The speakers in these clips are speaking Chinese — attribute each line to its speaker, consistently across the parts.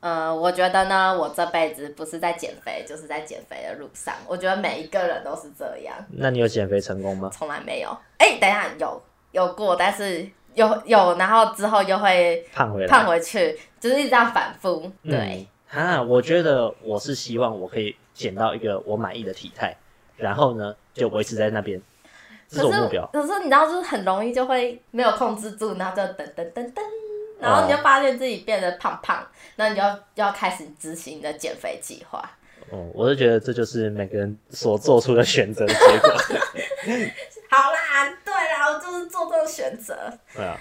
Speaker 1: 呃，我觉得呢，我这辈子不是在减肥，就是在减肥的路上。我觉得每一个人都是这样，
Speaker 2: 那你有减肥成功吗？
Speaker 1: 从来没有。哎、等一下有有过，但是有有，然后之后又会
Speaker 2: 胖回来？
Speaker 1: 胖回去，就是一直这样反复。对，
Speaker 2: 嗯、啊，我觉得我是希望我可以减到一个我满意的体态，然后呢就维持在那边，这是我
Speaker 1: 可
Speaker 2: 目
Speaker 1: 是
Speaker 2: 标。
Speaker 1: 可是你知道，就是很容易就会没有控制住，然后就噔噔噔噔。
Speaker 2: 啊
Speaker 1: 然后你就发现自己变得胖胖，那你就要要开始执行你的减肥计划。
Speaker 2: 嗯，我是觉得这就是每个人所做出的选择的结果。
Speaker 1: 好啦，对啦，我就是做这种选择。
Speaker 2: 对啊，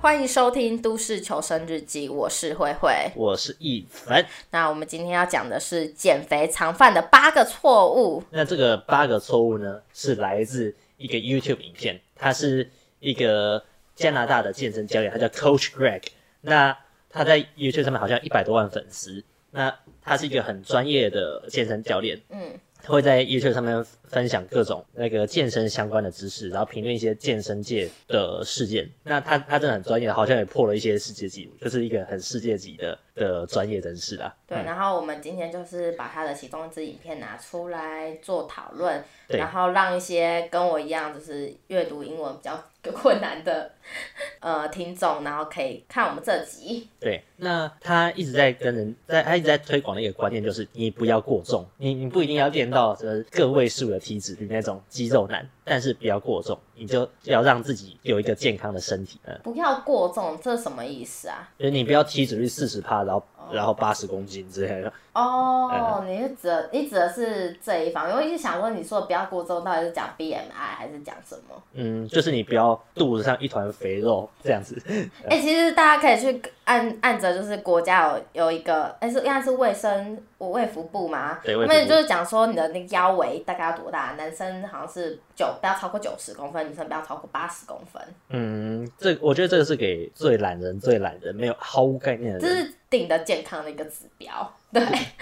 Speaker 1: 欢迎收听《都市求生日记》，我是慧慧。
Speaker 2: 我是一凡。
Speaker 1: 那我们今天要讲的是减肥常犯的八个错误。
Speaker 2: 那这个八个错误呢，是来自一个 YouTube 影片，他是一个加拿大的健身教练，他叫 Coach Greg。那他在 YouTube 上面好像一百多万粉丝。那他是一个很专业的健身教练，
Speaker 1: 嗯，
Speaker 2: 他会在 YouTube 上面分享各种那个健身相关的知识，然后评论一些健身界的事件。那他他真的很专业，好像也破了一些世界纪录，就是一个很世界级的的专业人士啦。嗯
Speaker 1: 对。然后我们今天就是把他的其中一支影片拿出来做讨论，
Speaker 2: 对
Speaker 1: 然后让一些跟我一样就是阅读英文比较困难的 呃听众，然后可以看我们这集。
Speaker 2: 对，那他一直在跟人在，他一直在推广的一个观念就是，你不要过重，你你不一定要练到呃个位数的体脂率那种肌肉男，但是不要过重，你就要让自己有一个健康的身体，嗯，
Speaker 1: 不要过重，这是什么意思啊？
Speaker 2: 就是你不要体脂率四十趴，然后然后八十公斤之类的，
Speaker 1: 哦、你是指的你指的是这一方面，我一直想问你说的不要过重，到底是讲 BMI 还是讲什么？
Speaker 2: 嗯，就是你不要肚子上一团肥肉这样子，
Speaker 1: 哎、其实大家可以去按按着，就是国家有有一个，哎、是应该是卫生我卫福部嘛，
Speaker 2: 对
Speaker 1: 他
Speaker 2: 卫福
Speaker 1: 们
Speaker 2: 部
Speaker 1: 就是讲说你的那个腰围大概要多大，男生好像是九不要超过九十公分，女生不要超过八十公分，
Speaker 2: 嗯，这我觉得这个是给最懒人、最懒人没有毫无概念的
Speaker 1: 这
Speaker 2: 人，
Speaker 1: 是顶的健康的一个指标。对，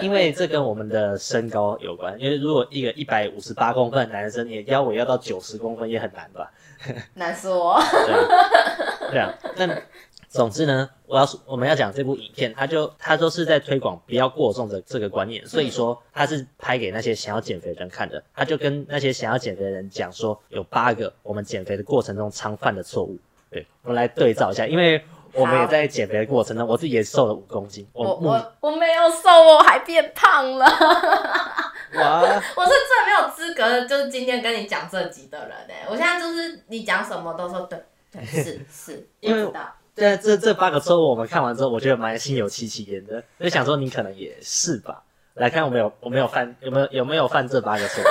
Speaker 2: 因为这跟我们的身高有关。因为如果一个一百五十八公分的男生，你的腰围要到九十公分也很难吧？
Speaker 1: 难说。
Speaker 2: 对啊，对啊。那总之呢，我要说我们要讲这部影片，它就它都是在推广不要过重的这个观念，所以说它是拍给那些想要减肥的人看的。它就跟那些想要减肥的人讲说，有八个我们减肥的过程中常犯的错误。对，我们来对照一下，因为我们也
Speaker 1: 好
Speaker 2: 在减肥的过程中，我自己也瘦了五公斤。
Speaker 1: 我
Speaker 2: 目
Speaker 1: 我我没有瘦，我还变胖了。
Speaker 2: 哇，
Speaker 1: 我是最没有资格，就是今天跟你讲这集的人哎、我现在就是你讲什么都说对 对是是，我
Speaker 2: 因为
Speaker 1: 知道。
Speaker 2: 这这这八个错误我们看完之后，我觉得蛮心有戚戚焉的，就想说你可能也是吧。来看我没有我没有犯有没有有没有犯这八个错误？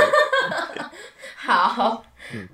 Speaker 1: 好，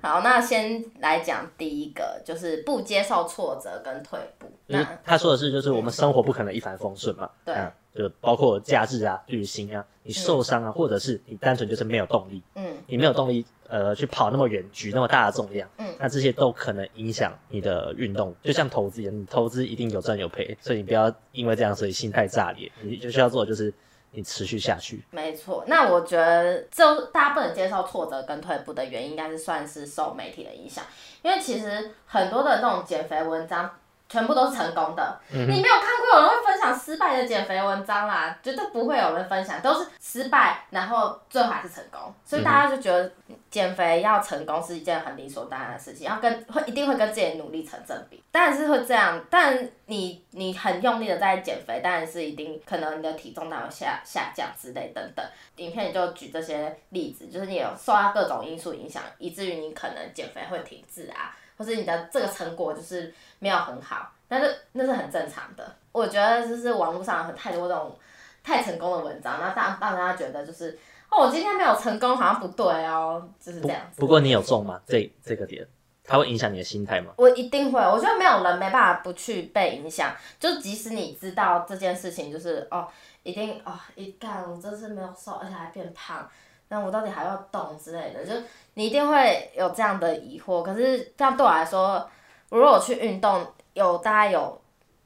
Speaker 1: 好，那先来讲第一个，就是不接受挫折跟退步。
Speaker 2: 就是
Speaker 1: 那
Speaker 2: 他说的是，就是我们生活不可能一帆风顺嘛，
Speaker 1: 对
Speaker 2: 嗯，就包括假日啊、旅行啊，你受伤啊，或者是你单纯就是没有动力，
Speaker 1: 嗯，
Speaker 2: 你没有动力，呃，去跑那么远，举那么大的重量，
Speaker 1: 嗯
Speaker 2: 那这些都可能影响你的运动。就像投资一样，你投资一定有赚有赔，所以你不要因为这样所以心态炸裂，你就需要做的就是你持续下去。
Speaker 1: 没错。那我觉得，就大家不能接受挫折跟退步的原因，应该是算是受媒体的影响，因为其实很多的那种减肥文章。全部都是成功的，你没有看过有人会分享失败的减肥文章啦，绝对不会有人分享，都是失败，然后最后还是成功，所以大家就觉得减肥要成功是一件很理所当然的事情，要跟会一定会跟自己的努力成正比，当然是会这样。但你你很用力的在减肥，当然是一定可能你的体重当然会下下降之类等等。影片就举这些例子，就是你有受到各种因素影响，以至于你可能减肥会停滞啊，或是你的这个成果就是没有很好，但是那是很正常的。我觉得就是网络上有太多这种太成功的文章，然后让让大家觉得就是。哦，我今天没有成功，好像不对哦，就是这
Speaker 2: 不
Speaker 1: 样子。
Speaker 2: 不过你有中吗？这这个点，它会影响你的心态吗？
Speaker 1: 我一定会，我觉得没有人没办法不去被影响，就即使你知道这件事情，就是哦，一定哦，一干我这次没有瘦，而且还变胖，那我到底还要动之类的，就你一定会有这样的疑惑。可是这样对我来说，如果我去运动，有大概有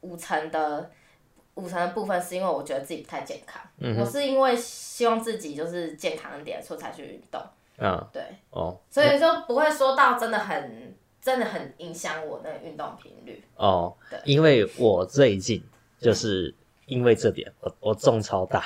Speaker 1: 五成的五成的部分是因为我觉得自己不太健康，我是因为希望自己就是健康一点，所以才去运动。
Speaker 2: 嗯，
Speaker 1: 对，
Speaker 2: 哦
Speaker 1: 所以就不会说到真的很真的很影响我那个运动频率。
Speaker 2: 哦
Speaker 1: 对，
Speaker 2: 因为我最近就是因为这点，我我中超大，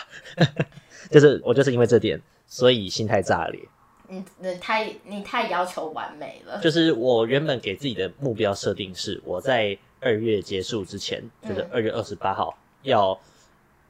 Speaker 2: 就是我就是因为这点，所以心态炸裂。
Speaker 1: 你你太你太要求完美了，
Speaker 2: 就是我原本给自己的目标设定是，我在二月结束之前，就是二月二十八号要。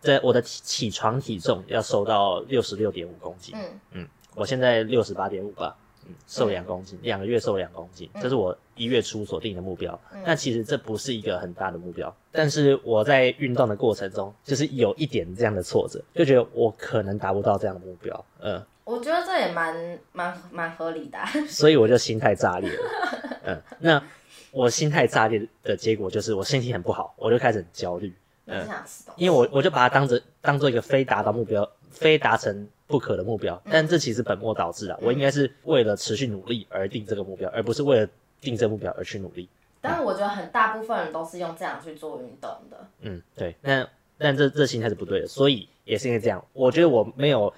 Speaker 2: 在我的起起床体重要瘦到六十六点五公斤，
Speaker 1: 嗯
Speaker 2: 我现在六十八点五吧，嗯，瘦两公斤，两个月瘦两公斤，
Speaker 1: 嗯
Speaker 2: 这是我一月初所定的目标。
Speaker 1: 嗯
Speaker 2: 那其实这不是一个很大的目标，但是我在运动的过程中，就是有一点这样的挫折，就觉得我可能达不到这样的目标，嗯，
Speaker 1: 我觉得这也蛮蛮蛮合理的 啊、
Speaker 2: 所以我就心态炸裂了， 嗯，那我心态炸裂的结果就是我心情很不好，我就开始很焦虑，
Speaker 1: 我就想吃东西，
Speaker 2: 嗯因为我我就把它当着当做一个非达到目标、非达成不可的目标，但这其实本末倒置了。我应该是为了持续努力而定这个目标，而不是为了定这个目标而去努力。
Speaker 1: 但是我觉得很大部分人都是用这样去做运动的。
Speaker 2: 嗯，对。那但这这心态是不对的，所以也是因为这样，我觉得我没有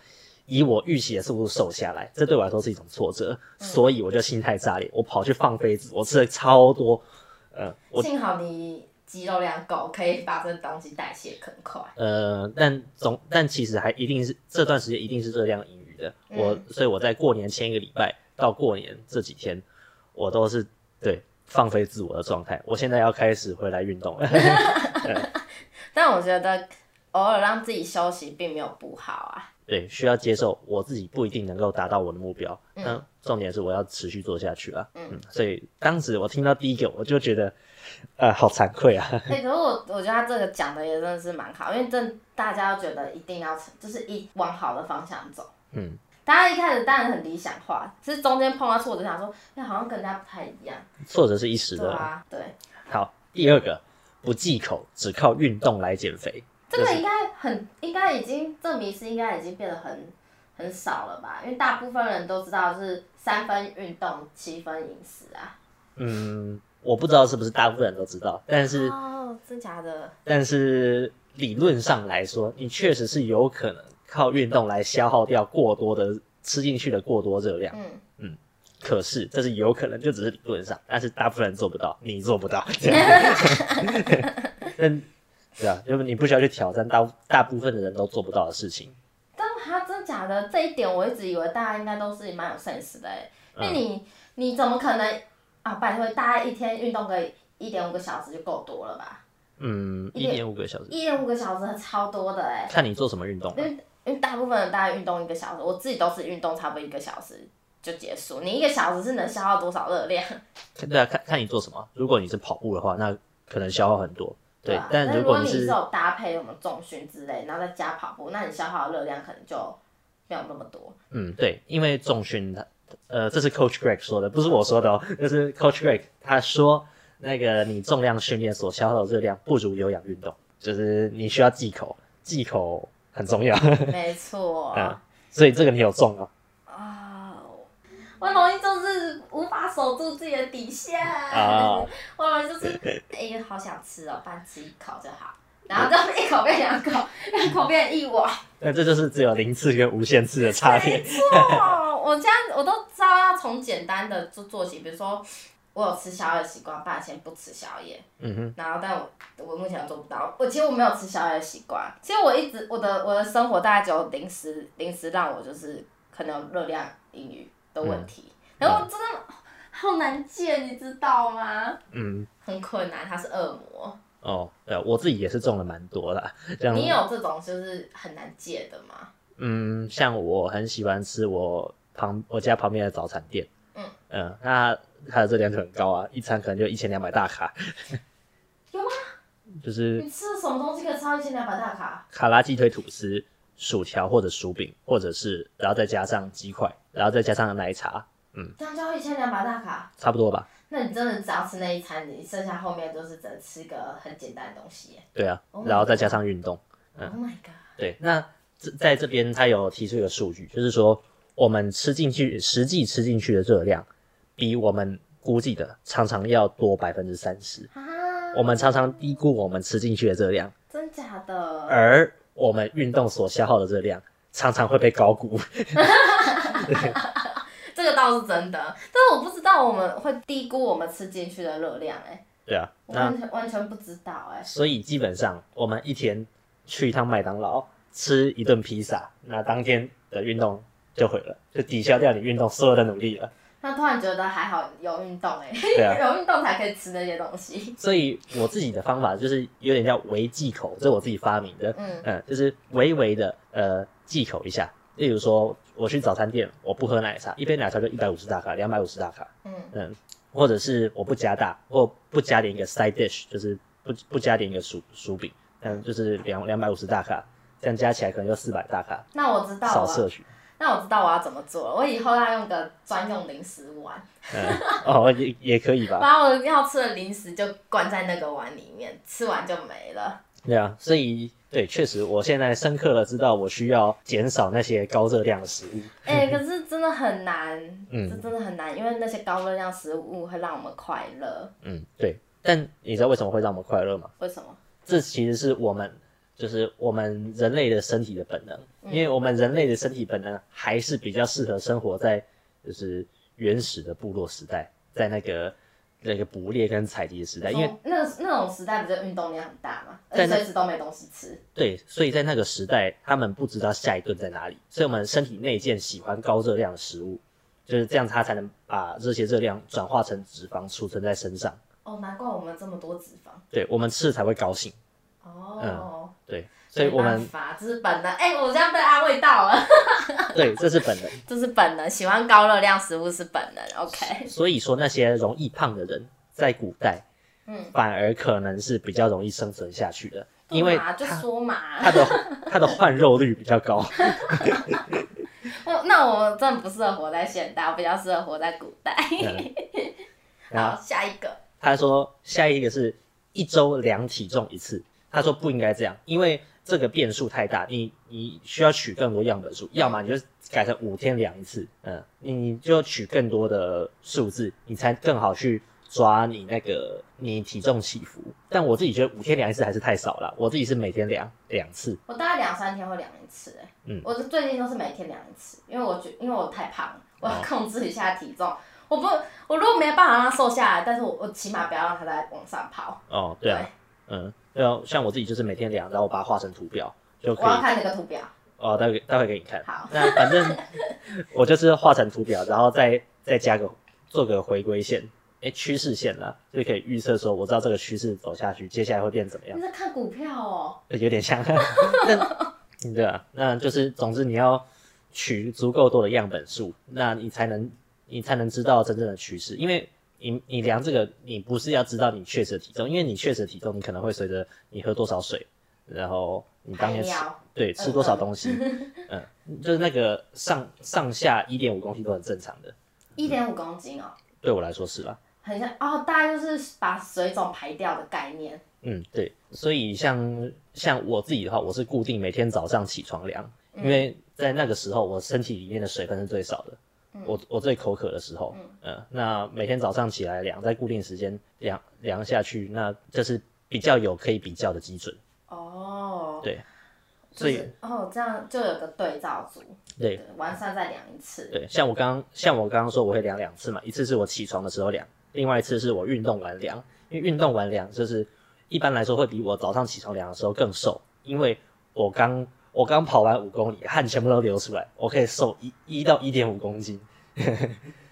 Speaker 2: 以我预期的速度瘦下来，这对我来说是一种挫折，所以我就心态炸裂，我跑去放飞自我，吃了超多。呃，我
Speaker 1: 幸好你肌肉量够，可以把这东西代谢更快。
Speaker 2: 呃，但总但其实还一定是这段时间一定是热量盈余的。
Speaker 1: 嗯
Speaker 2: 我所以我在过年前一个礼拜到过年这几天，我都是对放飞自我的状态。我现在要开始回来运 动了。
Speaker 1: 但我觉得偶尔让自己休息并没有不好啊。
Speaker 2: 对，需要接受我自己不一定能够达到我的目标。
Speaker 1: 嗯
Speaker 2: 那重点是我要持续做下去啊。
Speaker 1: 嗯，
Speaker 2: 所以当时我听到第一个，我就觉得，呃，好惭愧啊。
Speaker 1: 哎、可是我我觉得他这个讲的也真的是蛮好，因为真的大家都觉得一定要就是一往好的方向走。
Speaker 2: 嗯，
Speaker 1: 大家一开始当然很理想化，是中间碰到挫折，想说哎、好像跟人家不太一样，
Speaker 2: 挫折是一时
Speaker 1: 对
Speaker 2: 的啦。
Speaker 1: 啊，对，
Speaker 2: 好，第二个，不忌口，只靠运动来减肥。
Speaker 1: 这个应该很应该已经这迷思应该已经变得很很少了吧？因为大部分人都知道是三分运动，七分饮食啊。
Speaker 2: 嗯，我不知道是不是大部分人都知道，但是、
Speaker 1: 哦，真假的？
Speaker 2: 但是理论上来说，你确实是有可能靠运动来消耗掉过多的吃进去的过多热量。
Speaker 1: 嗯，
Speaker 2: 可是这是有可能，就只是理论上，但是大部分人做不到，你做不到。这样 但对啊，就是你不需要去挑战大大部分的人都做不到的事情。
Speaker 1: 但他真假的这一点，我一直以为大家应该都是蛮有 sense 的、欸，
Speaker 2: 嗯
Speaker 1: 因为你、你怎么可能啊？拜托，大家一天运动个一点五个小时就够多了吧？
Speaker 2: 嗯，
Speaker 1: 一
Speaker 2: 一
Speaker 1: 点
Speaker 2: 点五个小时，
Speaker 1: 一点五个小时超多的哎、
Speaker 2: 看你做什么运动、啊。
Speaker 1: 因为大部分人大概运动一个小时，我自己都是运动差不多一个小时就结束。你一个小时是能消耗多少热 量？
Speaker 2: 对啊，看看你做什么。如果你是跑步的话，那可能消耗很多。对，啊
Speaker 1: 吧
Speaker 2: 但
Speaker 1: 啊那
Speaker 2: 如
Speaker 1: 如果
Speaker 2: 果你是
Speaker 1: 有搭配什么重训之类，然后再加跑步，那你消耗的热量可能就没有那么 多。
Speaker 2: 嗯，对，因为重训的，呃，这是 Coach Greg 说的，不是我说的哦，这是 Coach Greg 他说，那个你重量训练所消耗的热量不如有氧运动，就是你需要忌口，忌口很重 要，
Speaker 1: 没错。
Speaker 2: 嗯，所以这个你有中哦，
Speaker 1: 啊，我很容易就是无法守住自己的底线，
Speaker 2: 啊
Speaker 1: 我很容易就是 哎、好想吃哦，饭吃一口就好，然后就一口变两口，两口变一碗。
Speaker 2: 那这就是只有零次跟无限次的差别
Speaker 1: 没，错，哦我这样我都知道要从简单的做做起，比如说我有吃宵夜的习惯，不然先不吃宵夜。
Speaker 2: 嗯哼，
Speaker 1: 然后但我我目前做不到，我其实我没有吃宵夜的习惯，其实我一直我的我的生活大概只有零食零食让我就是可能有热量盈余的
Speaker 2: 嗯
Speaker 1: 问题，然后我真的好难戒，你知道吗？
Speaker 2: 嗯，
Speaker 1: 很困难，它是恶魔。
Speaker 2: 哦，对，我自己也是中了蛮多的，这样
Speaker 1: 你有这种就是很难戒的吗？
Speaker 2: 嗯，像我很喜欢吃我旁我家旁边的早餐店，
Speaker 1: 嗯
Speaker 2: 嗯，那它的热量就很高啊，一餐可能就一千两百大卡，
Speaker 1: 有吗？
Speaker 2: 就是
Speaker 1: 你吃了什么东西可以超一千两百大卡？
Speaker 2: 卡拉鸡腿吐司、薯条或者薯饼，或者是然后再加上鸡块，然后再加上奶茶，
Speaker 1: 这样就要一千两百大卡？
Speaker 2: 差不多吧？
Speaker 1: 那你真的只要吃那一餐，你剩下后面就是只能吃个很简单的东西耶。
Speaker 2: 对啊
Speaker 1: Oh，my
Speaker 2: 然后再加上运动，
Speaker 1: Oh my god！
Speaker 2: 对，那这在这边他有提出一个数据，就是说我们吃进去实际吃进去的热量，比我们估计的常常要多百分之三十。
Speaker 1: 啊，
Speaker 2: 我们常常低估我们吃进去的热量，
Speaker 1: 真假
Speaker 2: 嗯
Speaker 1: 的？
Speaker 2: 而我们运动所消耗的热量常常会被高估。
Speaker 1: 道是真的，但是我不知道我们会低估我们吃进去的热量、哎，
Speaker 2: 对啊，
Speaker 1: 我
Speaker 2: 那
Speaker 1: 完全完全不知道、哎，
Speaker 2: 所以基本上我们一天去一趟麦当劳吃一顿披萨，那当天的运动就毁了，就抵消掉你运动所有的努力了。
Speaker 1: 那突然觉得还好有运动、哎、
Speaker 2: 对啊，
Speaker 1: 有运动才可以吃那些东西，
Speaker 2: 所以我自己的方法就是有点叫微忌口，这是我自己发明的。
Speaker 1: 嗯
Speaker 2: 嗯，就是微微的呃忌口一下。例如说，我去早餐店，我不喝奶茶，一杯奶茶就一百五十大卡，两百五十大卡，
Speaker 1: 嗯
Speaker 2: 嗯，或者是我不加大，或不加点一个 side dish，就是不不加点一个薯薯饼，嗯，就是两两百五十大卡，这样加起来可能就四百大卡，
Speaker 1: 那我知道
Speaker 2: 少
Speaker 1: 了
Speaker 2: 摄，取。
Speaker 1: 那我知道我要怎么做了，我以后要用个专用零食碗。
Speaker 2: 嗯，哦，也也可以吧，
Speaker 1: 把我要吃的零食就灌在那个碗里面，吃完就没了。
Speaker 2: 对啊，所以对，确实，我现在深刻的知道我需要减少那些高热量的食物。
Speaker 1: 哎、可是真的很难，
Speaker 2: 嗯
Speaker 1: 这真的很难，因为那些高热量食物会让我们快乐。
Speaker 2: 嗯，对。但你知道为什么会让我们快乐吗？
Speaker 1: 为什么？
Speaker 2: 这其实是我们，就是我们人类的身体的本能，因为我们人类的身体本能还是比较适合生活在就是原始的部落时代，在那个那个捕猎跟采集的时啊代，因为
Speaker 1: 哦那那种时代不就运动量很大吗？而
Speaker 2: 在
Speaker 1: 且
Speaker 2: 那
Speaker 1: 随时都没东西吃。
Speaker 2: 对，所以在那个时代，他们不知道下一顿在哪里，所以我们身体内建喜欢高热量的食物，就是这样，它才能把这些热量转化成脂肪储存在身上，
Speaker 1: 哦，难怪我们这么多脂肪。
Speaker 2: 对我们吃才会高兴，
Speaker 1: 哦，
Speaker 2: 对，嗯所以我
Speaker 1: 没
Speaker 2: 们
Speaker 1: 办法，这是本能。哎、我这样被安慰到了，
Speaker 2: 对这是本能。
Speaker 1: 这是本能，喜欢高热量食物是本能。OK，
Speaker 2: 所以说，那些容易胖的人，在古代，
Speaker 1: 嗯，
Speaker 2: 反而可能是比较容易生存下去的，因为
Speaker 1: 对啊嘛就
Speaker 2: 他
Speaker 1: 说嘛，
Speaker 2: 他的他的换肉率比较高。
Speaker 1: 我那我真的不适合活在现代，我比较适合活在古代。
Speaker 2: 嗯然
Speaker 1: 好，
Speaker 2: 后
Speaker 1: 下一个，
Speaker 2: 他说，下一个是一周量体重一次。他说不应该这样，因为这个变数太大，你你需要取更多样本数，要么你就改成五天量一次，嗯，你就取更多的数字，你才更好去抓你那个你体重起伏。但我自己觉得五天量一次还是太少了，我自己是每天量两次，
Speaker 1: 我大概两三天会量一次、欸，
Speaker 2: 嗯
Speaker 1: 我最近都是每天量一次，因为我觉因为我太胖了，我要
Speaker 2: 哦
Speaker 1: 控制一下体重。我不，我如果没办法让它瘦下来，但是我我起码不要让它再往上跑。
Speaker 2: 哦，对啊，嗯，对啊，像我自己就是每天量，然后我把它画成图表就可
Speaker 1: 我要
Speaker 2: 以。
Speaker 1: 看那个图表。
Speaker 2: 哦，待会待会给你看。
Speaker 1: 好，
Speaker 2: 那反正我就是画成图表，然后再再加个做个回归线，哎，趋势线啦，就可以预测说，我知道这个趋势走下去，接下来会变怎么样
Speaker 1: 你，在看股票哦、
Speaker 2: 呃有点像。 那对啊，那就是总之你要取足够多的样本数，那你才能你才能知道真正的趋势，因为。你你量这个，你不是要知道你确实的体重，因为你确实的体重，你可能会随着你喝多少水，然后你当天吃
Speaker 1: 排尿
Speaker 2: 对吃多少东西， 嗯，就是那个上上下一点五公斤都很正常的，
Speaker 1: 一点五公斤哦、
Speaker 2: 对我来说是啦。
Speaker 1: 很像哦，大概就是把水肿排掉的概念。
Speaker 2: 嗯，对，所以像像我自己的话，我是固定每天早上起床量，因为在那个时候我身体里面的水分是最少的，我我最口渴的时候，嗯、那每天早上起来量，在固定时间量量下去，那就是比较有可以比较的基准，
Speaker 1: 哦，
Speaker 2: 对，
Speaker 1: 就
Speaker 2: 所以
Speaker 1: 是哦，这样就有个对照组，
Speaker 2: 对
Speaker 1: 对，晚上再量一次。
Speaker 2: 对，像我刚像我刚刚说，我会量两次嘛，一次是我起床的时候量，另外一次是我运动完量，因为运动完量就是一般来说会比我早上起床量的时候更瘦，因为我刚我刚跑完五公里，汗全部都流出来，我可以瘦一一到一点五公斤。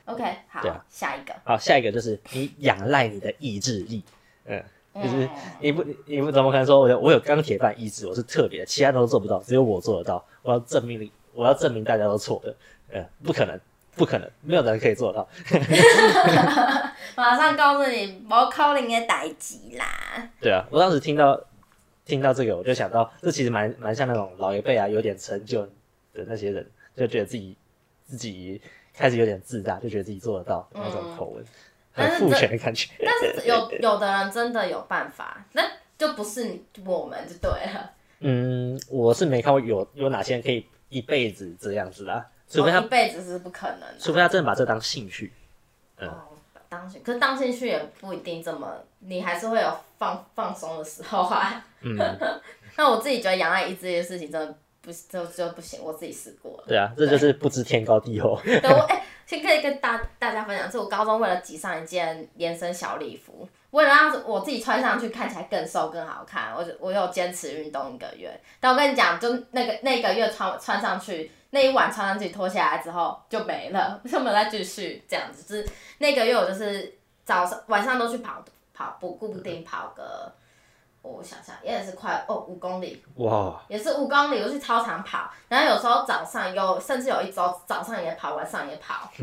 Speaker 1: OK，好，
Speaker 2: 对啊
Speaker 1: 下一个。
Speaker 2: 好，下一个就是你仰赖你的意志力，嗯，就是你不你不怎么可能说我有我有钢铁般意志，我是特别的，其他人都做不到，只有我做得到，我要证明你，我要证明大家都错的，嗯，不可能，不可能，没有人可以做得到。
Speaker 1: 马上告诉你，我靠你的代志啦。
Speaker 2: 对啊，我当时听到听到这个，我就想到，这其实蛮蛮像那种老一辈啊，有点成就的那些人，就觉得自己自己开始有点自大，就觉得自己做得到的那种口吻，
Speaker 1: 但
Speaker 2: 很
Speaker 1: 是
Speaker 2: 父
Speaker 1: 这
Speaker 2: 权的感觉。
Speaker 1: 但是有有的人真的有办法，那就不是你我们就对了。
Speaker 2: 嗯，我是没看过有有哪些人可以一辈子这样子啦，除非他、
Speaker 1: 我一辈子是不可能的。
Speaker 2: 除非他真的把这当兴趣。嗯
Speaker 1: 哦，当兴，可是当兴趣也不一定这么，你还是会有放放松的时候啊。
Speaker 2: 嗯，
Speaker 1: 那我自己觉得养爱一这件事情真的不就就不行，我自己试过了。
Speaker 2: 对啊，这就是不知天高地厚。
Speaker 1: 对我哎、先可以跟大大家分享，是我高中为了挤上一件连身小礼服，为了让我自己穿上去看起来更瘦更好看，我就我有坚持运动一个月。但我跟你讲，就那个那个月穿穿上去，那一晚穿上去脱下来之后就没了，就没有再继续这样子。就是那个月我就是早上晚上都去跑跑步，固定跑个。我想想，也是快哦，五公里，
Speaker 2: 哇，
Speaker 1: 也是五公里，我去操场跑，然后有时候早上有，甚至有一周早上也跑，晚上也跑。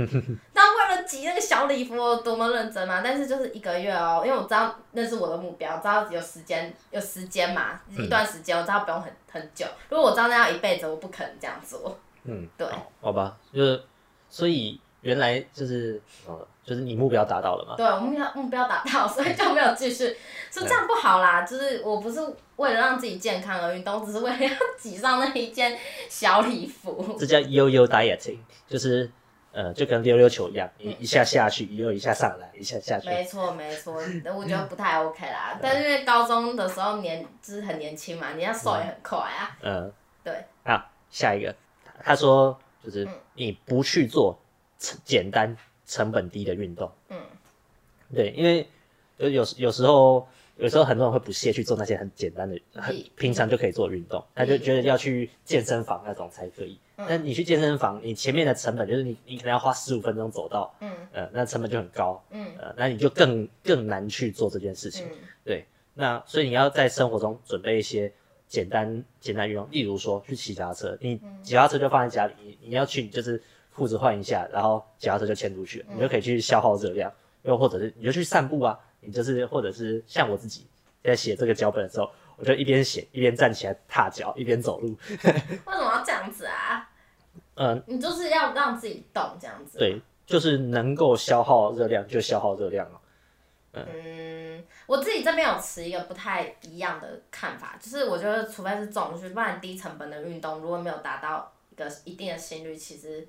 Speaker 1: 那为了挤那个小礼服，我多么认真嘛！但是就是一个月哦，因为我知道那是我的目标，我知道有时间有时间嘛，
Speaker 2: 嗯
Speaker 1: 一段时间我知道不用很很久。如果我知道那要一辈子，我不可能这样做。
Speaker 2: 嗯，
Speaker 1: 对
Speaker 2: 好，好吧，就是所以原来就是呃，就是你目标达到了嘛，
Speaker 1: 对，我目标目标达到，所以就没有继 续。说这样不好啦，就是我不是为了让自己健康而运动，我只是为了要挤上那一件小礼服。
Speaker 2: 这叫悠悠 dieting，就是呃，就跟溜溜球一样，一一下下去，又一下上来，一下下去，
Speaker 1: 嗯没错没错，我觉得不太 OK 啦。但是因为高中的时候年就是很年轻嘛，你要瘦也很快啊。
Speaker 2: 嗯，
Speaker 1: 对，
Speaker 2: 好，下一个，他说就是
Speaker 1: 嗯
Speaker 2: 你不去做成简单、成本低的运动，
Speaker 1: 嗯，
Speaker 2: 对，因为有有时有时候有时候很多人会不屑去做那些很简单的、很
Speaker 1: 嗯
Speaker 2: 平常就可以做的运动，他就觉得要去健身房那种才可以。
Speaker 1: 嗯
Speaker 2: 但你去健身房，你前面的成本就是你你可能要花十五分钟走到，
Speaker 1: 嗯
Speaker 2: 呃，那成本就很高，
Speaker 1: 嗯
Speaker 2: 呃，那你就更更难去做这件事情。
Speaker 1: 嗯
Speaker 2: 那所以你要在生活中准备一些简单简单运动，例如说去骑脚踏车，你
Speaker 1: 嗯
Speaker 2: 脚踏车就放在家里，你你要去你就是裤子换一下，然后脚踏车就牵出去了，
Speaker 1: 嗯
Speaker 2: 你就可以去消耗热量，又或者是你就去散步啊，你就是或者是像我自己在写这个脚本的时候，我就一边写一边站起来踏脚，一边走路，
Speaker 1: 为什么要这样子啊？
Speaker 2: 嗯，
Speaker 1: 你就是要让自己动这样子。，
Speaker 2: 对，就是能够消耗热量就消耗热量了，
Speaker 1: 嗯，我自己这边有持一个不太一样的看法，就是我觉得除非是重训，不然低成本的运动如果没有达到一个一定的心率，其实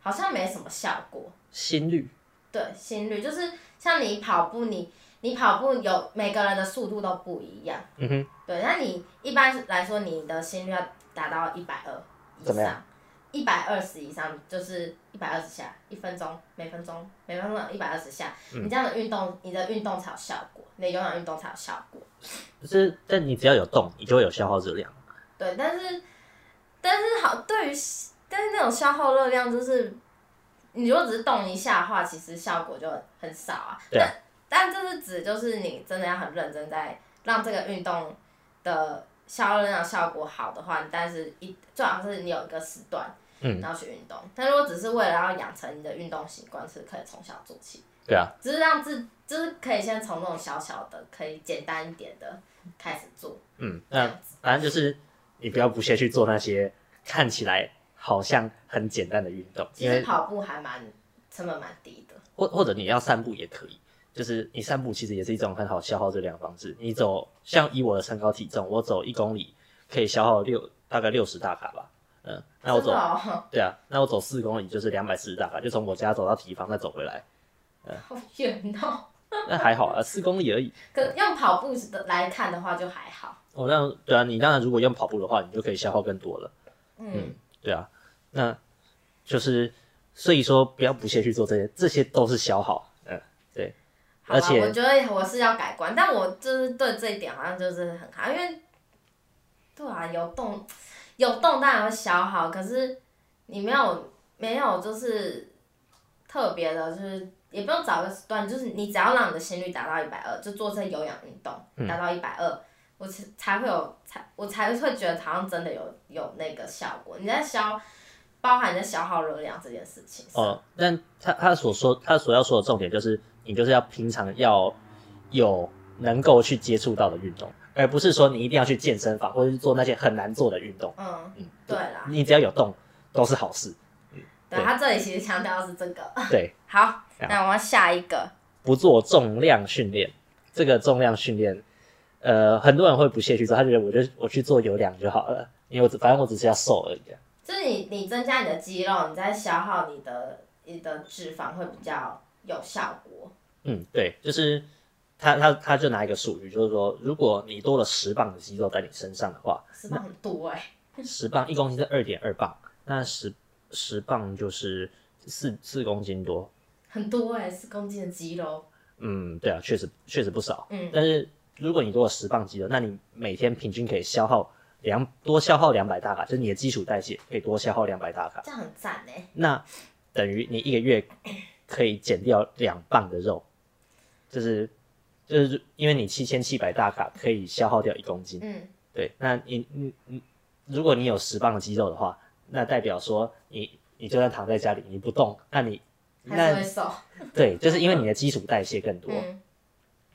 Speaker 1: 好像没什么效果。
Speaker 2: 心率，
Speaker 1: 对，心率就是像你跑步，你你跑步有每个人的速度都不一样。
Speaker 2: 嗯哼，
Speaker 1: 对，那你一般来说，你的心率要达到一百二
Speaker 2: 怎
Speaker 1: 以
Speaker 2: 么
Speaker 1: 上
Speaker 2: 样，
Speaker 1: 一百二十以上就是一百二十下，一分钟，每分钟，每分钟一百二十下，
Speaker 2: 嗯
Speaker 1: 你这样的运动，你的运动才有效果，你的有氧运动才有效果。
Speaker 2: 就是但你只要有动，你就会有消耗热量。
Speaker 1: 对，但是，但是好，对于，但是那种消耗热量，就是你如果只是动一下的话，其实效果就很少啊。
Speaker 2: 对啊
Speaker 1: 但但这是指就是你真的要很认真在让这个运动的消耗热量效果好的话，但是一最好是你有一个时段，
Speaker 2: 嗯
Speaker 1: 然后去运动。但如果只是为了要养成你的运动习惯，是可以从小做起，
Speaker 2: 对啊，
Speaker 1: 只是让自就是可以先从那种小小的、可以简单一点的开始做。
Speaker 2: 嗯，
Speaker 1: 这样
Speaker 2: 那反正就是你不要不屑去做那些看起来好像很简单的运动，
Speaker 1: 其
Speaker 2: 因
Speaker 1: 实
Speaker 2: 为
Speaker 1: 跑步还蛮成本蛮低的。
Speaker 2: 或或者你要散步也可以，就是你散步其实也是一种很好消耗热量的方式。你走像以我的身高体重，我走一公里可以消耗六大概六十大卡吧，嗯，那我
Speaker 1: 真
Speaker 2: 走
Speaker 1: 的哦，
Speaker 2: 对啊，那我走四公里就是两百四十大卡，就从我家走到体房再走 回来，
Speaker 1: 好远哦。
Speaker 2: 那还好啊，四公里而已。
Speaker 1: 可用跑步的来看的话就还好。
Speaker 2: 我、那对啊，你当然如果用跑步的话，你就可以消耗更多了。
Speaker 1: 嗯，
Speaker 2: 对啊，那就是所以说不要不屑去做这些，这些都是消耗。嗯，对，
Speaker 1: 好
Speaker 2: 而
Speaker 1: 吧，我
Speaker 2: 且
Speaker 1: 觉得我是要改观，但我就是对这一点好像就是很好，因为对啊，有动有动当然会消耗，可是你没有没有就是特别的，就是也不用找个时段，就是你只要让你的心率达到一百二，就做这些有氧运动
Speaker 2: 嗯
Speaker 1: 达到一百二。我才才会有才，我才会觉得好像真的有有那个效果。你在消，包含你在消耗热量这件事情上。
Speaker 2: 哦，但他他所说他所要说的重点就是，你就是要平常要有能够去接触到的运动，而不是说你一定要去健身房或者是做那些很难做的运动。
Speaker 1: 嗯，
Speaker 2: 嗯，
Speaker 1: 对啦，
Speaker 2: 你只要有动都是好事。
Speaker 1: 对
Speaker 2: 对
Speaker 1: 他这里其实强调的是这个。
Speaker 2: 对，
Speaker 1: 好，那我们下一个，
Speaker 2: 不做重量训练，这个重量训练，呃，很多人会不屑去做，他觉得我就我去做有氧就好了，因为我只反正我只是要瘦而已啊、
Speaker 1: 就是你你增加你的肌肉，你在消耗你的你的脂肪会比较有效果。
Speaker 2: 嗯，对，就是他他他就拿一个数据，就是说，如果你多了十磅的肌肉在你身上的话，
Speaker 1: 是不是很多哎、
Speaker 2: 十磅一公斤是二点二磅，那十十磅就是四四公斤多，
Speaker 1: 很多哎、四公斤的肌肉，
Speaker 2: 嗯，对啊，确实确实不少。
Speaker 1: 嗯
Speaker 2: 但是如果你如果十磅肌肉，那你每天平均可以消耗两多消耗两百大卡，就是你的基础代谢可以多消耗两百大卡，
Speaker 1: 这样很赞哎、
Speaker 2: 那等于你一个月可以减掉两磅的肉，就是就是因为你七千七百大卡可以消耗掉一公斤，
Speaker 1: 嗯，
Speaker 2: 对，那你你你，如果你有十磅的肌肉的话，那代表说你你就算躺在家里你不动，那你
Speaker 1: 还是会
Speaker 2: 那
Speaker 1: 瘦，
Speaker 2: 对，就是因为你的基础代谢更嗯多，
Speaker 1: 嗯，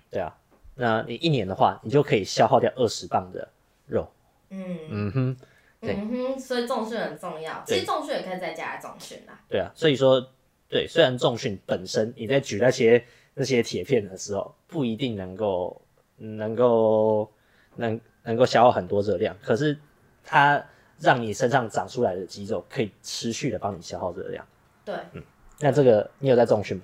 Speaker 2: 对啊，那你一年的话，你就可以消耗掉二十磅的肉。
Speaker 1: 嗯
Speaker 2: 嗯哼，对
Speaker 1: 嗯哼，所以重训很重要。其
Speaker 2: 对
Speaker 1: 实重训也可以在家里重训啦。
Speaker 2: 对啊，所以说，对，虽然重训本身你在举那些那些铁片的时候，不一定能够能够能能够消耗很多热量，可是它让你身上长出来的肌肉可以持续的帮你消耗热量。嗯
Speaker 1: 对，
Speaker 2: 那这个你有在重训吗？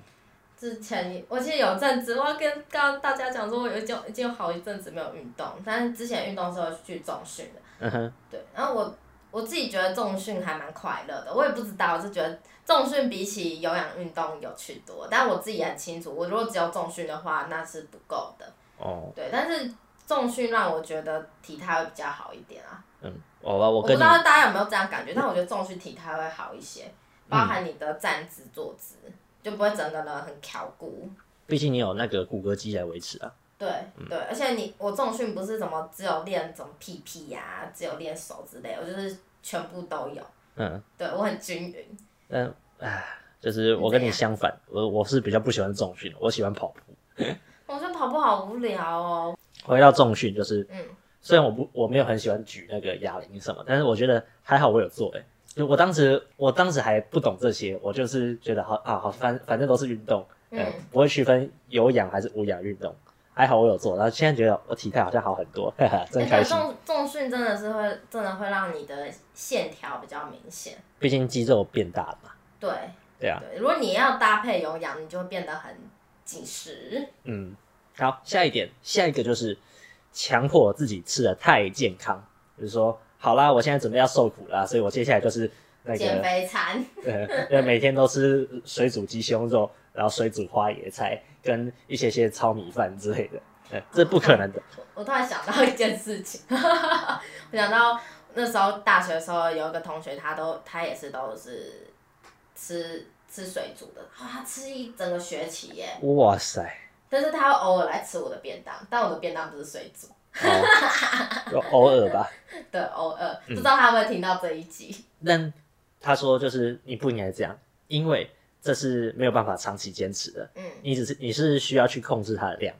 Speaker 1: 之前我记得有阵子，我要跟刚大家讲说，我有已经已经有好一阵子没有运动，但是之前运动是会去重训的。
Speaker 2: 嗯哼，
Speaker 1: 对，然后我我自己觉得重训还蛮快乐的，我也不知道，我是觉得重训比起有氧运动有趣多，但我自己也很清楚，我如果只有重训的话，那是不够的。
Speaker 2: 哦，
Speaker 1: 对，但是重训让我觉得体态会比较好一点啊。
Speaker 2: 嗯，好吧，我
Speaker 1: 我不
Speaker 2: 跟
Speaker 1: 知
Speaker 2: 你嗯
Speaker 1: 道大家有没有这样感觉，但我觉得重训体态会好一些，包含你的站姿、坐姿，就不会整个人很翘骨。
Speaker 2: 毕竟你有那个骨骼肌来维持啊。
Speaker 1: 对对，而且你我重训不是怎么只有练什么屁屁呀、只有练手之类，我就是全部都有。
Speaker 2: 嗯
Speaker 1: 对我很均匀，
Speaker 2: 嗯，唉，就是我
Speaker 1: 啊
Speaker 2: 跟你相反，我我是比较不喜欢重训的，我喜欢跑步。
Speaker 1: 我觉得跑步好无聊哦。
Speaker 2: 回到重训，就是
Speaker 1: 嗯，
Speaker 2: 虽然我不我没有很喜欢举那个哑铃什么，但是我觉得还好我有做、欸。就我当时我当时还不懂这些，我就是觉得好啊好，反反正都是运动，
Speaker 1: 嗯
Speaker 2: 呃，不会区分有氧还是无氧运动。还好我有做，然后现在觉得我体态好像好很多，哈哈，真
Speaker 1: 而
Speaker 2: 开
Speaker 1: 且
Speaker 2: 心。
Speaker 1: 重重训真的是会真的会让你的线条比较明显。
Speaker 2: 毕竟肌肉变大了嘛，
Speaker 1: 对
Speaker 2: 对啊。
Speaker 1: 对，如果你要搭配有氧，你就会变得很紧实。
Speaker 2: 嗯，好，下一点，下一个就是强迫自己吃的太健康，就是说，好啦，我现在准备要受苦啦，所以我接下来就是那
Speaker 1: 减
Speaker 2: 个，
Speaker 1: 肥餐，
Speaker 2: 呃，就每天都吃水煮鸡胸肉，然后水煮花椰菜跟一些些糙米饭之类的，呃，这不可能的，
Speaker 1: 我突然想到一件事情， 我想到那时候大学的时候有一个同学，他都他也是都是吃吃水煮的，哇、他吃一整个学期耶。
Speaker 2: 哇塞，
Speaker 1: 但是他会偶尔来吃我的便当，但我的便当不是水煮，
Speaker 2: 哦，就偶尔吧，
Speaker 1: 对，偶尔哦呃
Speaker 2: 嗯
Speaker 1: 不知道他会不会听到这一集。
Speaker 2: 但他说就是你不应该这样，因为这是没有办法长期坚持的，
Speaker 1: 嗯，
Speaker 2: 你只是你是需要去控制它的量。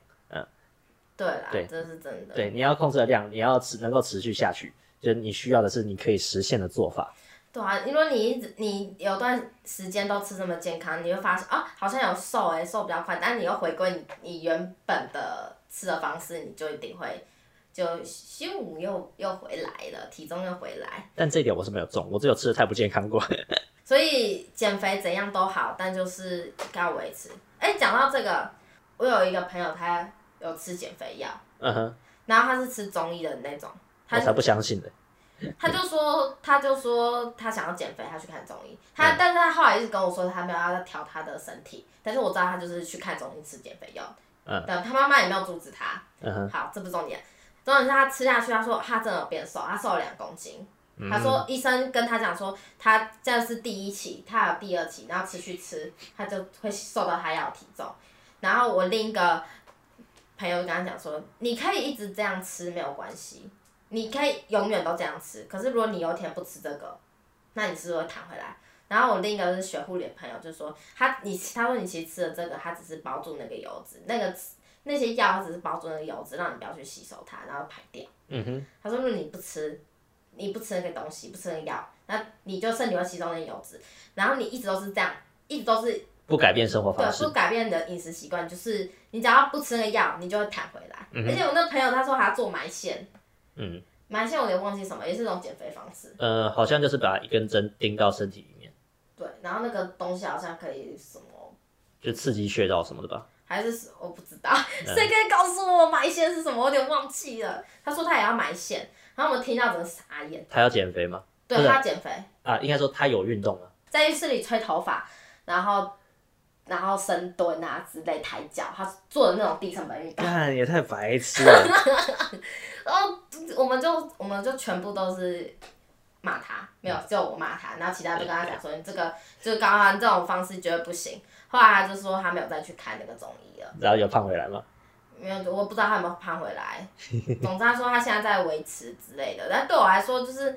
Speaker 1: 对啦，
Speaker 2: 对
Speaker 1: 这是真的。
Speaker 2: 对，你要控制的量，你要持能够持续下去，就是你需要的是你可以实现的做法。
Speaker 1: 对啊，因为你一直你有段时间都吃这么健康，你会发现哦，好像有瘦哎、瘦比较快，但你又回归你你原本的吃的方式，你就一定会就咻又又回来了，体重又回来。
Speaker 2: 但这一点我是没有中，我只有吃的太不健康过。
Speaker 1: 所以减肥怎样都好，但就是要维持。哎、讲到这个，我有一个朋友他有吃减肥药，
Speaker 2: 嗯哼，
Speaker 1: 然后他是吃中医的那种，他
Speaker 2: 我才不相信的。
Speaker 1: 他就说，他就说他想要减肥，他去看中医。他，
Speaker 2: 嗯
Speaker 1: 但是他后来一直跟我说，他没有要调他的身体。但是我知道他就是去看中医吃减肥药，
Speaker 2: 嗯
Speaker 1: 但他妈妈也没有阻止他。
Speaker 2: 嗯哼，
Speaker 1: 好，这不重点，重点是他吃下去，他说他真的有变瘦，他瘦了两公斤。
Speaker 2: 嗯
Speaker 1: 他说医生跟他讲说，他这是第一期，他有第二期，然后持续吃，他就会瘦到他要的体重。然后我另一个朋友跟他讲说，你可以一直这样吃没有关系，你可以永远都这样吃。可是如果你有一天不吃这个，那你是不是会弹回来？然后我另一个是学护理的朋友就说，他你他说你其实吃了这个，他只是包住那个油脂，那个那些药它只是包住那个油脂，让你不要去吸收它，然后排掉。
Speaker 2: 嗯哼，
Speaker 1: 他说如果你不吃，你不吃那个东西，不吃那个药，那你就身体会吸收那些油脂，然后你一直都是这样，一直都是
Speaker 2: 不改变生活方
Speaker 1: 对，啊
Speaker 2: 式
Speaker 1: 不。改变你的饮食习惯，就是你只要不吃那个药，你就会弹回来。而且我那朋友他说他做埋线，
Speaker 2: 嗯，
Speaker 1: 埋线我有点忘记什么，也是一种减肥方式。
Speaker 2: 呃，好像就是把一根针钉到身体里面，
Speaker 1: 对，然后那个东西好像可以什么。
Speaker 2: 就刺激穴道什么的吧。
Speaker 1: 还是什我不知道， 谁可以告诉我埋线是什么？我有点忘记了。他说他也要埋线，然后我们听到整个傻眼。
Speaker 2: 他要减肥吗？
Speaker 1: 对
Speaker 2: 不是
Speaker 1: 他要减肥，
Speaker 2: 啊，应该说他有运动啊。
Speaker 1: 在浴室里吹头发，然后然后深蹲啊之类抬脚，他做的那种低成本运动。
Speaker 2: 干也太白痴了，
Speaker 1: 然后我们就我们就全部都是骂他，没有，就我骂他，然后其他就跟他讲说，你这个就是刚刚这种方式绝对不行。后来他就说他没有再去看那个中医了，
Speaker 2: 然后有胖回来吗？
Speaker 1: 没有，我不知道他有没有胖回来。总之他说他现在在维持之类的，但对我来说就是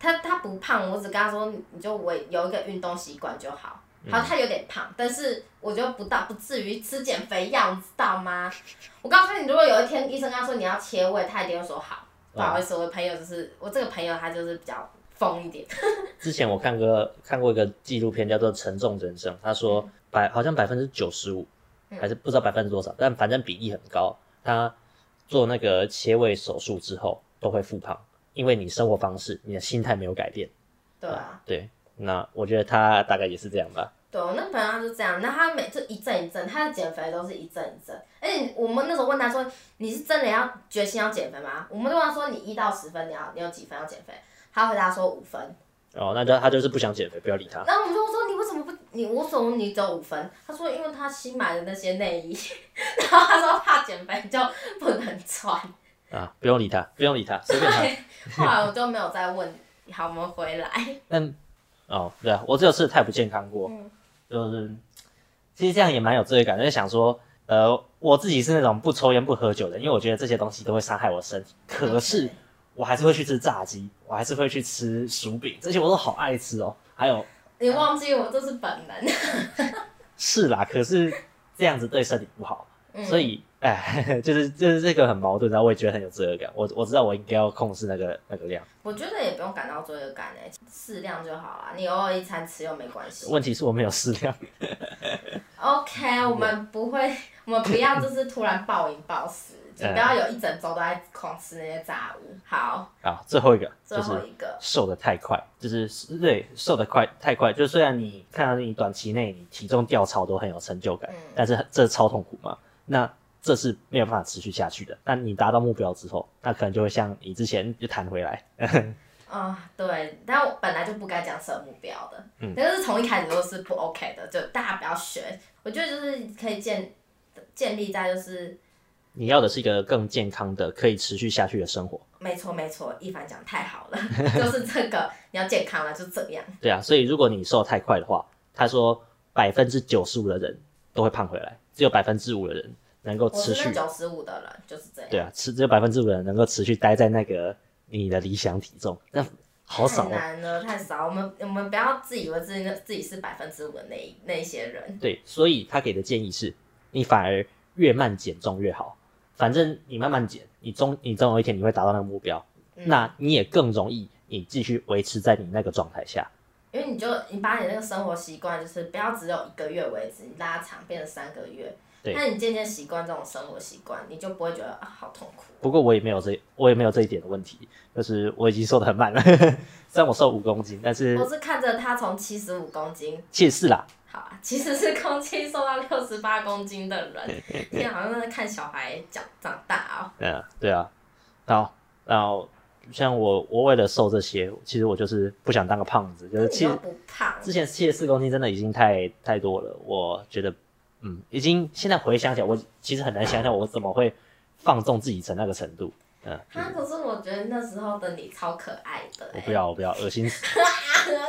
Speaker 1: 他他不胖，我只跟他说你就维有一个运动习惯就好。好，他有点胖，但是我觉得不到不至于吃减肥药，你知道吗？我告诉你，如果有一天医生跟他说你要切胃，他一定会说好。不好意思，我的朋友就是我这个朋友，他就是比较疯一点。
Speaker 2: 之前我看过看过一个纪录片，叫做《沉重人生》，他说百好像百分之九十五，还是不知道百分之多少，但反正比例很高。他做那个切胃手术之后都会复胖，因为你生活方式、你的心态没有改变。
Speaker 1: 对啊，
Speaker 2: 对，那我觉得他大概也是这样吧。
Speaker 1: 对我那朋友他就这样，那他每就一阵一阵，他的减肥都是一阵一阵。而且我们那时候问他说：“你是真的要决心要减肥吗？”我们就问他说：“你一到十分，你要你有几分要减肥？”他回答说五分。
Speaker 2: 哦，那就他就是不想减肥，不要理他。
Speaker 1: 然后我们就说你为什么不你为什么你只有五分？他说因为他新买的那些内衣， 然后他说怕减肥就不能穿。
Speaker 2: 啊，不用理他，不用理他， 随便
Speaker 1: 后
Speaker 2: 他。
Speaker 1: 来我就没有再问好我们回来。
Speaker 2: 但哦，对啊，我只有吃的太不健康过，
Speaker 1: 嗯
Speaker 2: 就是其实这样也蛮有罪恶感，就是想说，呃，我自己是那种不抽烟不喝酒的，因为我觉得这些东西都会伤害我身体，可是
Speaker 1: 对
Speaker 2: 我还是会去吃炸鸡，我还是会去吃薯饼，这些我都好爱吃哦。还有
Speaker 1: 你忘记我这是本能。
Speaker 2: 是啦，可是这样子对身体不好，
Speaker 1: 嗯
Speaker 2: 所以哎， 就是就是这个很矛盾，然后我也觉得很有罪恶感。我我知道我应该要控制那个那个量，
Speaker 1: 我觉得也不用感到罪恶感哎、适量就好啦。你偶尔一餐吃又没关系。
Speaker 2: 问题是我没有适量。
Speaker 1: OK，我们不会，我们不要就是突然暴饮暴食，就不
Speaker 2: 嗯
Speaker 1: 要有一整周都在狂吃那些炸物。好，
Speaker 2: 好，最后一个
Speaker 1: 最
Speaker 2: 就是
Speaker 1: 后一个，
Speaker 2: 瘦的太快，就是对瘦的快太快，就虽然你看到你短期内你体重掉超都很有成就感，
Speaker 1: 嗯
Speaker 2: 但是这超痛苦嘛，那这是没有办法持续下去的。那你达到目标之后，那可能就会像你之前就弹回来，
Speaker 1: 啊、对，但我本来就不该讲设目标的，
Speaker 2: 嗯
Speaker 1: 但是从一开始都是不 OK 的，就大家不要学。我觉得就是可以建建立在就是
Speaker 2: 你要的是一个更健康的、可以持续下去的生活，
Speaker 1: 没错没错，一凡讲太好了， 就是这个你要健康了，就这样。
Speaker 2: 对啊。所以如果你瘦太快的话，他说百分之九十五的人都会胖回来，只有百分之五的人能够
Speaker 1: 我
Speaker 2: 持
Speaker 1: 是那
Speaker 2: 续，
Speaker 1: 九十五的人，就是这样。
Speaker 2: 对啊，持只有百分之五的人能够持续待在那个你的理想体重，那好少
Speaker 1: 太难
Speaker 2: 哦。
Speaker 1: 了，太少。我们我们不要自以为自己自己是百分之五的那一那一些人。
Speaker 2: 对，所以他给的建议是，你反而越慢减重越好，反正你慢慢减，你终你总有一天你会达到那个目标，
Speaker 1: 嗯
Speaker 2: 那你也更容易你继续维持在你那个状态下。
Speaker 1: 因为你就你把你那个生活习惯，就是不要只有一个月为止，你拉长变成三个月，
Speaker 2: 对
Speaker 1: 那你渐渐习惯这种生活习惯，你就不会觉得啊好痛苦。
Speaker 2: 不过我也没有这我也没有这一点的问题，就是我已经瘦得很慢了， 虽然我瘦五公斤，但是
Speaker 1: 我是看着他从七十五公斤，
Speaker 2: 其实是啦，
Speaker 1: 好啊，其实是公斤瘦到六十八公斤的人，现在好像在看小孩长长大哦。
Speaker 2: 嗯，对啊，然后然后像我我为了瘦这些，其实我就是不想当个胖子，就是
Speaker 1: 你
Speaker 2: 其实
Speaker 1: 又不胖，啊
Speaker 2: 之前七十四公斤真的已经太太多了，我觉得，嗯，已经现在回想起来，我其实很难想象我怎么会放纵自己成那个程度。嗯，
Speaker 1: 他可是我觉得那时候的你超可爱的、欸，
Speaker 2: 我不要，我不要，恶心死，
Speaker 1: 啊，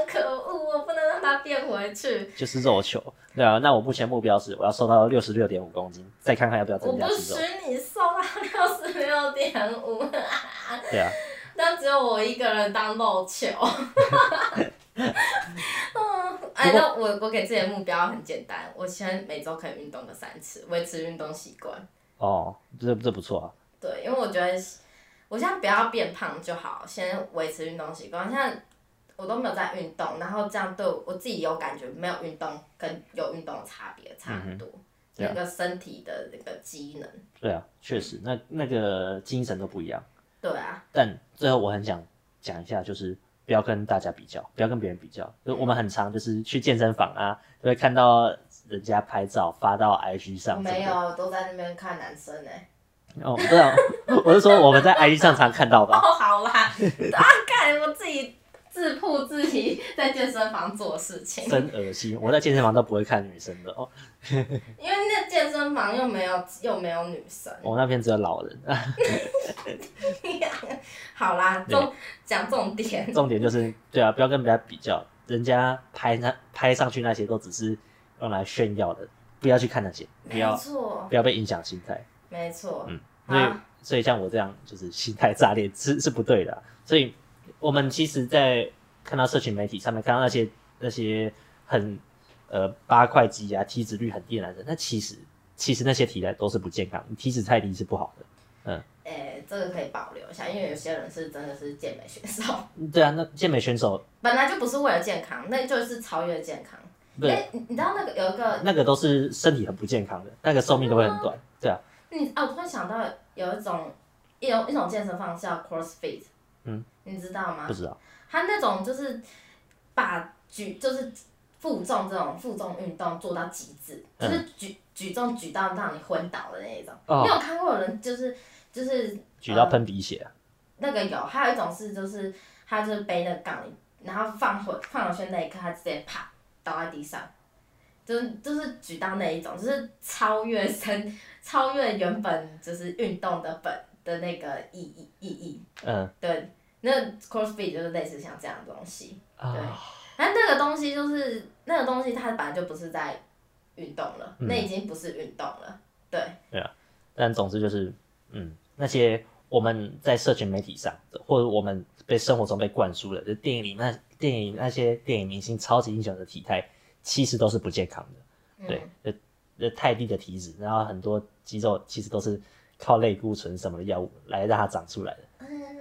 Speaker 1: 可恶，我不能让它变回去。
Speaker 2: 就是肉球。对啊，那我目前目标是我要瘦到六十六点五公斤，再看看要不要
Speaker 1: 我
Speaker 2: 增加
Speaker 1: 不
Speaker 2: 肌
Speaker 1: 许
Speaker 2: 肉。
Speaker 1: 你瘦到六十六点五，
Speaker 2: 对啊，
Speaker 1: 但只有我一个人当肉球。 嗯，哎，
Speaker 2: 不过
Speaker 1: 那我我给自己的目标很简单，我希望每周可以运动个三次，维持运动习惯。
Speaker 2: 哦，这这不错啊。
Speaker 1: 对，因为我觉得我现在不要变胖就好，先维持运动习惯。现在我都没有在运动，然后这样对我我自己有感觉，没有运动跟有运动的差别差很多，
Speaker 2: 对啊
Speaker 1: 那个身体的那个机能。
Speaker 2: 对啊，确实，那那个精神都不一样。
Speaker 1: 对啊，
Speaker 2: 但最后我很想讲一下，就是不要跟大家比较，不要跟别人比较。就我们很常就是去健身房啊，就会看到人家拍照发到 IG
Speaker 1: 我
Speaker 2: 上什么的，
Speaker 1: 没有都在那边看男生呢、
Speaker 2: 哦，对啊，我是说我们在 IG 上常看到
Speaker 1: 哦，
Speaker 2: 吧。
Speaker 1: 好啦，啊，看我自己自曝自己在健身房做事情，
Speaker 2: 真恶心！我在健身房都不会看女生的哦，
Speaker 1: 因为那健身房又没有又没有女生。
Speaker 2: 我那边只有老人。 啊
Speaker 1: 好啦，
Speaker 2: 对
Speaker 1: 重讲重点，
Speaker 2: 重点就是，对啊，不要跟别人家比较，人家拍那拍上去那些都只是用来炫耀的，不要去看那些，不
Speaker 1: 没
Speaker 2: 要
Speaker 1: 错，
Speaker 2: 不要被影响心态。
Speaker 1: 没错，
Speaker 2: 嗯，所以
Speaker 1: 啊，
Speaker 2: 所以像我这样就是心态炸裂是是不对的啊、所以我们其实，在看到社群媒体上面看到那些那些很呃八块肌啊、体脂率很低的男生，那其实其实那些体态都是不健康，体脂太低是不好的。
Speaker 1: 哎、这个可以保留一下，因为有些人是真的是健美选手，
Speaker 2: 对啊，那健美选手
Speaker 1: 本来就不是为了健康，那就是超越健康。
Speaker 2: 不是
Speaker 1: 哎、你你知道那个有一个
Speaker 2: 那个都是身体很不健康的，那个寿命都会很短。
Speaker 1: 哦
Speaker 2: 对啊，
Speaker 1: 你啊，我突然想到有一种一种一种健身方式叫 CrossFit，
Speaker 2: 嗯，
Speaker 1: 你知道吗
Speaker 2: 不？知道。
Speaker 1: 它那种就是把举就是负重这种负重运动做到极致，就
Speaker 2: 嗯
Speaker 1: 是举、举重举到让你昏倒的那呃一种。
Speaker 2: 哦
Speaker 1: 你有看过有人就是就是
Speaker 2: 举到喷鼻血啊、
Speaker 1: 那个有，还有一种是就是他就是背那个杠铃，然后放回放回去那一刻，他直接啪倒在地上，就是就是举到那一种，就是超越身超越原本就是运动的本的那个意义意义，
Speaker 2: 嗯
Speaker 1: 对，那 CrossFit 就是类似像这样的东西，
Speaker 2: 啊，
Speaker 1: 但那个东西就是那个东西，它本来就不是在运动了，
Speaker 2: 嗯
Speaker 1: 那已经不是运动了，对，
Speaker 2: 但总之就是，嗯，那些我们在社群媒体上，或者我们被生活中被灌输的，就电影里那电影那些电影明星、超级英雄的体态，其实都是不健康的。
Speaker 1: 嗯
Speaker 2: 对，呃、呃太低的体脂，然后很多肌肉其实都是靠类固醇什么的药物来让它长出来的。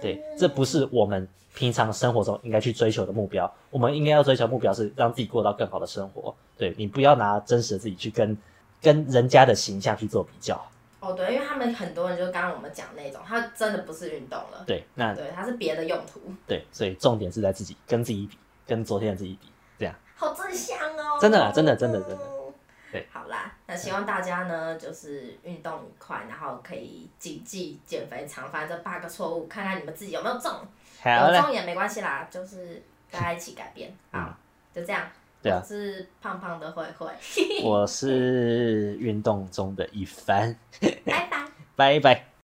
Speaker 2: 对，
Speaker 1: 嗯
Speaker 2: 这不是我们平常生活中应该去追求的目标。我们应该要追求目标是让自己过到更好的生活。对你不要拿真实的自己去跟跟人家的形象去做比较。
Speaker 1: 哦对，因为他们很多人就刚刚我们讲那种，它真的不是运动了。
Speaker 2: 对，那
Speaker 1: 对，它是别的用途。
Speaker 2: 对，所以重点是在自己跟自己比，跟昨天的自己比，这样。
Speaker 1: 好正向哦！
Speaker 2: 真的啦真的真的真的。对，
Speaker 1: 好啦，那希望大家呢，就是运动愉快，然后可以谨记减肥常犯这八个错误，看看你们自己有没有中，
Speaker 2: 好
Speaker 1: 有
Speaker 2: 嘞，
Speaker 1: 中也没关系啦，就是大家一起改变。
Speaker 2: 嗯
Speaker 1: 好，就这样。
Speaker 2: 对啊
Speaker 1: 我是胖胖的慧 慧，
Speaker 2: 我是运动中的一番，
Speaker 1: 拜拜。
Speaker 2: 拜拜。